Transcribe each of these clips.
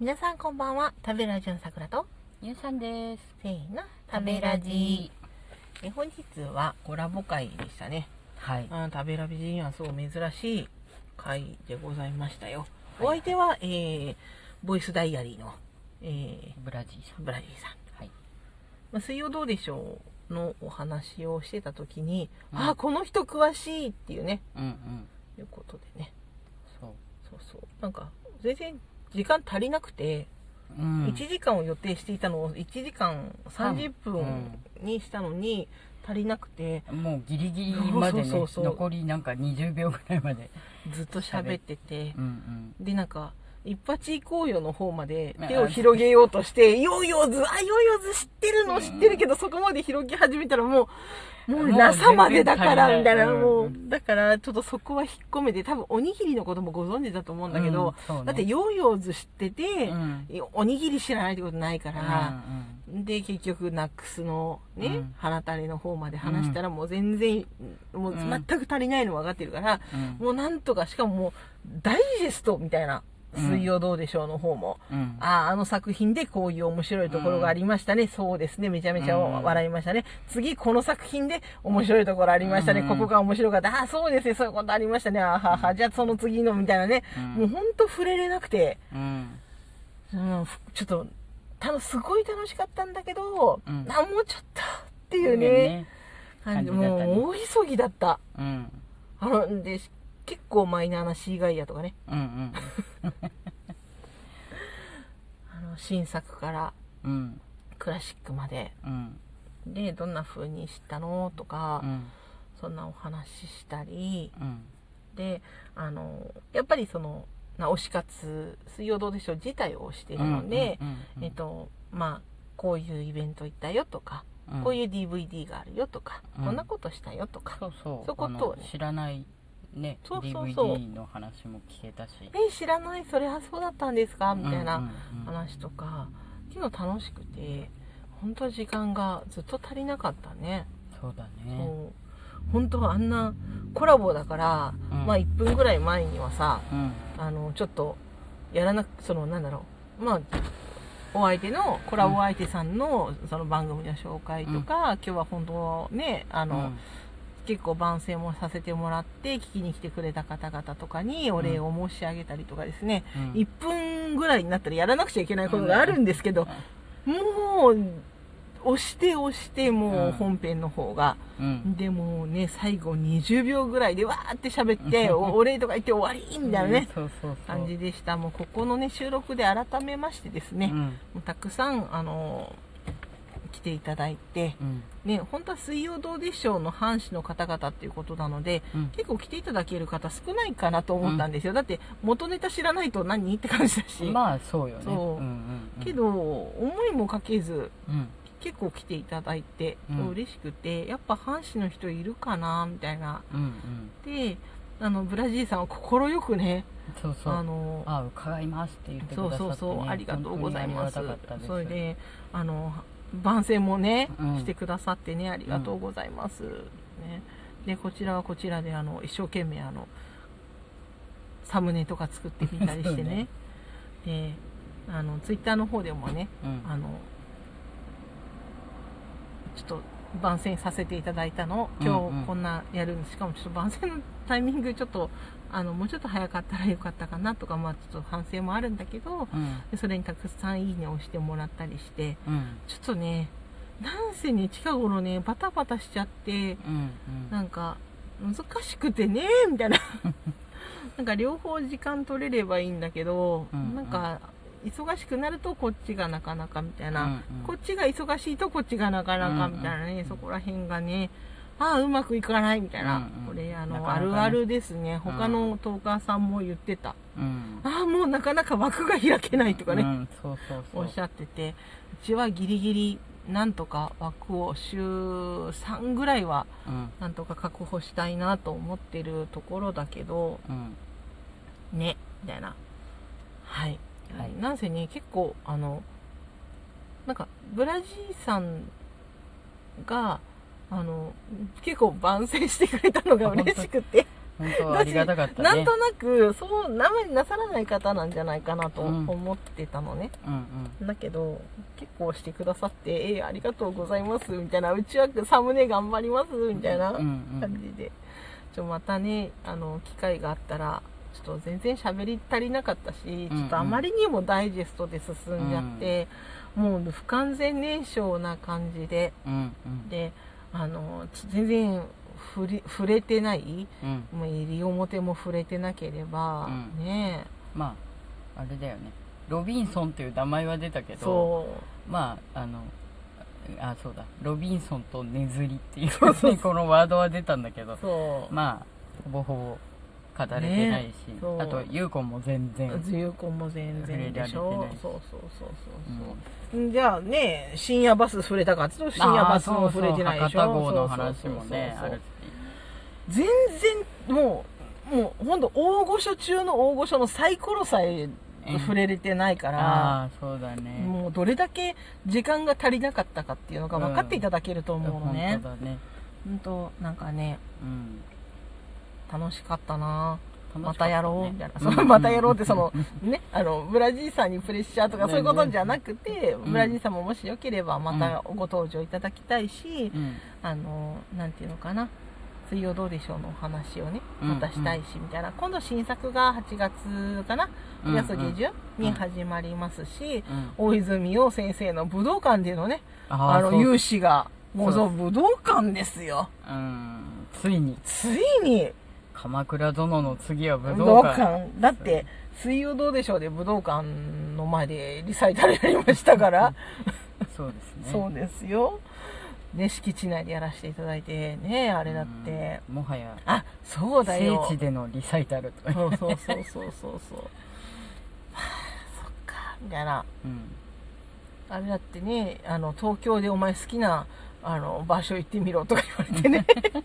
皆さんこんばんは食べラジオの桜とゆうさんです。せーの食べラジ。え本日はコラボ会でしたねはい。あー食べラジにはそう珍しい会でございましたよはいお相手は、えーボイスダイアリーの、えブラジーさーん。ブラジーさん、はい。まあ、水曜どうでしょうのお話をしてた時に、うんああこの人詳しいっていうねうんうん。いうことでねそそうそうなんか全然時間足りなくてう。うん。 1時間を予定していたのを1時間30分にしたのに足りなくてもうギリギリまでそうそうねそうそう残りなんか20秒ぐらいまで。ずっと喋っててうんうん。でなんか「一発行こうよ」の方までうん手を広げようとして「ヨーヨーズあヨーヨーズ知ってるの知ってるけどそこまで広げ始めたらもうもうもうなさまでだか全然足りならいみたいなうんもうだからちょっとそこは引っ込めて多分おにぎりのこともご存知だと思うんだけどうんそうねだってヨーヨーズ知っててうんおにぎり知らないってことないかうら。んで結局ナックスのね、うん鼻垂れの方まで話したらもう全然、もう全く足りないの分かってるから、うん。もうなんとかしかももうダイジェストみたいな「うん水曜どうでしょう」の方も、うん。あああの作品でこういう面白いところがありましたね、そうですねめちゃめちゃうん笑いましたね、次この作品で面白いところありましたね、うんここが面白かったああそうですねそういうことありましたねあーはーはーじゃあその次のみたいなね、うんもうほんと触れれなくて。うん。うん、ふちょっとたのすごい楽しかったんだけど、うんあもうちょっとってそいううだよねね。感じ感じだったねもう大急ぎだったうん。あので結構マイナーな C ガイアとかねうんうん。あの新作からうん。クラシックまでうん。でどんな風にしたのとか、うん。そんなお話ししたりうん。であのやっぱりそのな推し活水曜どうでしょう自体を推しているので、うんうんうんえっとまあこういうイベント行ったよとか、うんこういう DVD があるよとか、うんこんなことしたよとか、 そうそうそことをあの知らないねそうそうそう DVD の話も聞けたしえ知らないそれはそうだったんですかみたいうんうなんうん話とか、昨日楽しくて本当時間がずっと足りなかったね、そうだねそう本当はあんなコラボだから、うんまあ1分ぐらい前にはさうんあのちょっとやらなくそのなんだろうまあお相手のコラボ相手さんのその番組の紹介とか、今日は本当ねあの、うん結構番宣もさせてもらって聞きに来てくれた方々とかにお礼を申し上げたりとかですね、うん1分ぐらいになったらやらなくちゃいけないことがあるんですけど、もう押して押してもううん本編の方が、うんでもうね最後20秒ぐらいでわーって喋っておお礼とか言って終わりみたいなね、そうそうそう感じでしたもうここのね収録で改めましてですね、うもんうたくさんあの来ていただいて、うんね、本当は水曜どうでしょうの藩士の方々っていうことなので、うん結構来ていただける方少ないかなと思ったんですよ、だって元ネタ知らないと何って感じだし、まあそうよねそううんうんうんけど思いもかけずうん結構来ていただいて、うん嬉しくてやっぱ阪神の人いるかなみたいなうんうんであのブラジーさんは快くねそうそうあのあ伺いますって言ってくだそうさってそねうそうありがとうございます本当にありがたかったですそれであの番宣もね、うんしてくださってねありがとうございます、ね、でこちらはこちらであの一生懸命あのサムネとか作ってみたりしてねであのツイッターの方でもねうんあのちょっと番宣させていただいたのをうん今うん日こんなやるんで、しかもちょっと番宣のタイミングちょっとあのもうちょっと早かったらよかったかなとかまあちょっと反省もあるんだけどうんでそれにたくさん「いいね」をしてもらったりしてうんちょっとねなんせね近頃ねバタバタしちゃってうんうなんか難しくてねみ たいななんか両方時間取れればいいんだけど、うんうんなんか忙しくなるとこっちがなかなかみたいな、うんうんこっちが忙しいとこっちがなかなかみたいなね、うんうんそこら辺がねああうまくいかないみたいな、うんうんこれあのなかなかねあるあるですね他のトーカーさんも言ってた、んああもうなかなか枠が開けないとかね、うんそうそうそう おっしゃっててうちはギリギリなんとか枠を週3ぐらいはうんなんとか確保したいなと思ってるところだけどうんねみたいなはい、はいなんせね結構あのなんかブラジーさんがあの結構番宣してくれたのが嬉しくて本当ありがたかったね。なんとなくそう生になさらない方なんじゃないかなとうん思ってたのね、うんうん。だけど結構してくださって「えーありがとうございます」みたいな「うちはサムネ頑張ります」みたいなうんう感ん。じで、ちょまたねあの機会があったらちょっと全然喋り足りなかったしうんちょっとあまりにもダイジェストで進んじゃって、もう不完全燃焼な感じでうんであのち全然触れ触れてないうん。うん。もう入り表も触れてなければ、うんねまああれだよねロビンソンっていう名前は出たけえどそまああのあそうだロビンソンとネズリっていうこのワードは出たんだけうどそう、まあほぼほぼ語れてないし、ねそうあとユーコンも全然、自由婚も全然でし触れらょれてないそうそうそううんそうそう、じゃあね深夜バス触れたかって言うと深夜バスも触れてないでしょあーそうそう博多号の話もねそうあそうそう全る然もうもう本当大御所中の大御所のサイコロさえ触れれてないから、ああーそうだねもうどれだけ時間が足りなかったかっていうのが分かっていただけると思うのね本、当だね、本当なんかねうん楽しかったなま楽したかっねやろうみたいな、そのまたやろうってその ねあのブラジーさんにプレッシャーとかそういうことじゃなくて、んブラジーさんももしよければまたご登場いただきたいし、うんあのなんていうのかな水曜どうでしょうのお話をねうんまたしたいしみたいな、今度新作が8月かなう9ん月下旬に始まりますし、うん大泉洋先生の武道館でのねああーのそう勇姿がもうそそうう武道館ですようんついについに鎌倉殿の次は武武道道館館だって「水曜どうでしょう」で武道館の前でリサイタルやりましたから、そうですねそうですよ、ね、敷地内でやらせていただいてねああれだって、もはやあそうだよ聖地でのリサイタルとか、そうそうそうそうそうそうはあそっかみたいなうん、あれだってねあの東京でお前好きなあの場所行ってみろとか言われて ね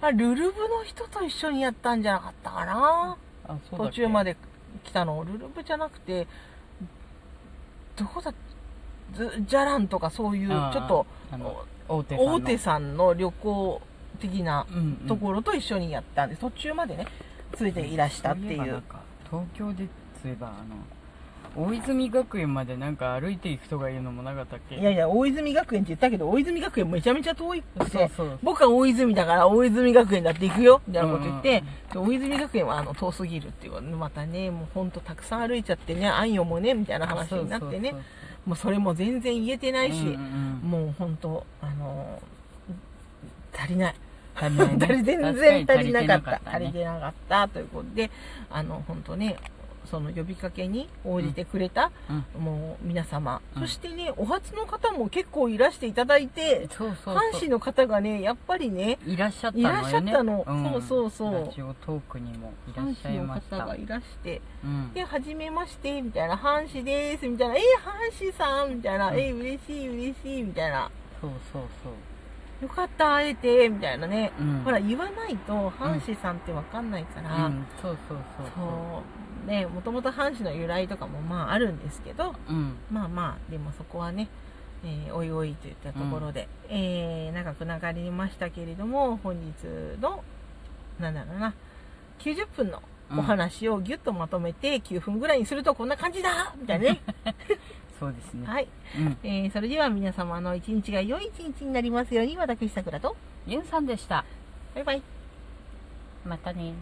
あルルブの人と一緒にやったんじゃなかったかなあそうだ途中までで来たのルルブじゃなくてどこだずジャランとかそういうちょっとあの大手さんの大手さんの旅行的なうんうんところと一緒にやったんで、途中までねついていらしたっていそうばなんうか東京でつえばあの大泉学園までなんか歩いていく人がいるのもなかったっけいやいや大泉学園って言ったけど大泉学園めちゃめちゃ遠いくそうてそう僕は大泉だから大泉学園だって行くよみたいなこと言って、で大泉学園はあの遠すぎるっていうのまたねもうほんとたくさん歩いちゃってねあんよもねみたいな話になってねそうそうもうそれも全然言えてないし、そううんうんもう本当あのー足りない。足り 足り全然足りなかった。足ねりてなかったということで、あの、本当ね、その呼びかけに応じてくれた、うんもう皆様、うんそしてね、お初の方も結構いらしていただいて、そうそう阪そう神の方がね、やっぱりね、いらっしゃったのよねいらっしゃったのそうそうそうラジオトークにもいらっ阪しゃい神のました方がいらして、うんで、はじめまして、みたいな、阪神です、みたいな、えー、阪神さん、みたいな、うんえー、嬉しい、嬉しい、みたいな、そうそうそうよかった、会えて、みたいなね、うんほら言わないと阪神さんってわかんないから、うん、そうそうそうそうねもともと阪神の由来とかもまああるんですけどうんまあまあでもそこはね、えーおいおいといったところで、えー長くなりましたけれども本日のなんだろうな90分のお話をギュッとまとめて9分ぐらいにするとこんな感じだみたいなねそうですね、はい、うん、えーそれでは皆様の一日が良い一日になりますように私さくらとゆんさんでしたバイバイまたね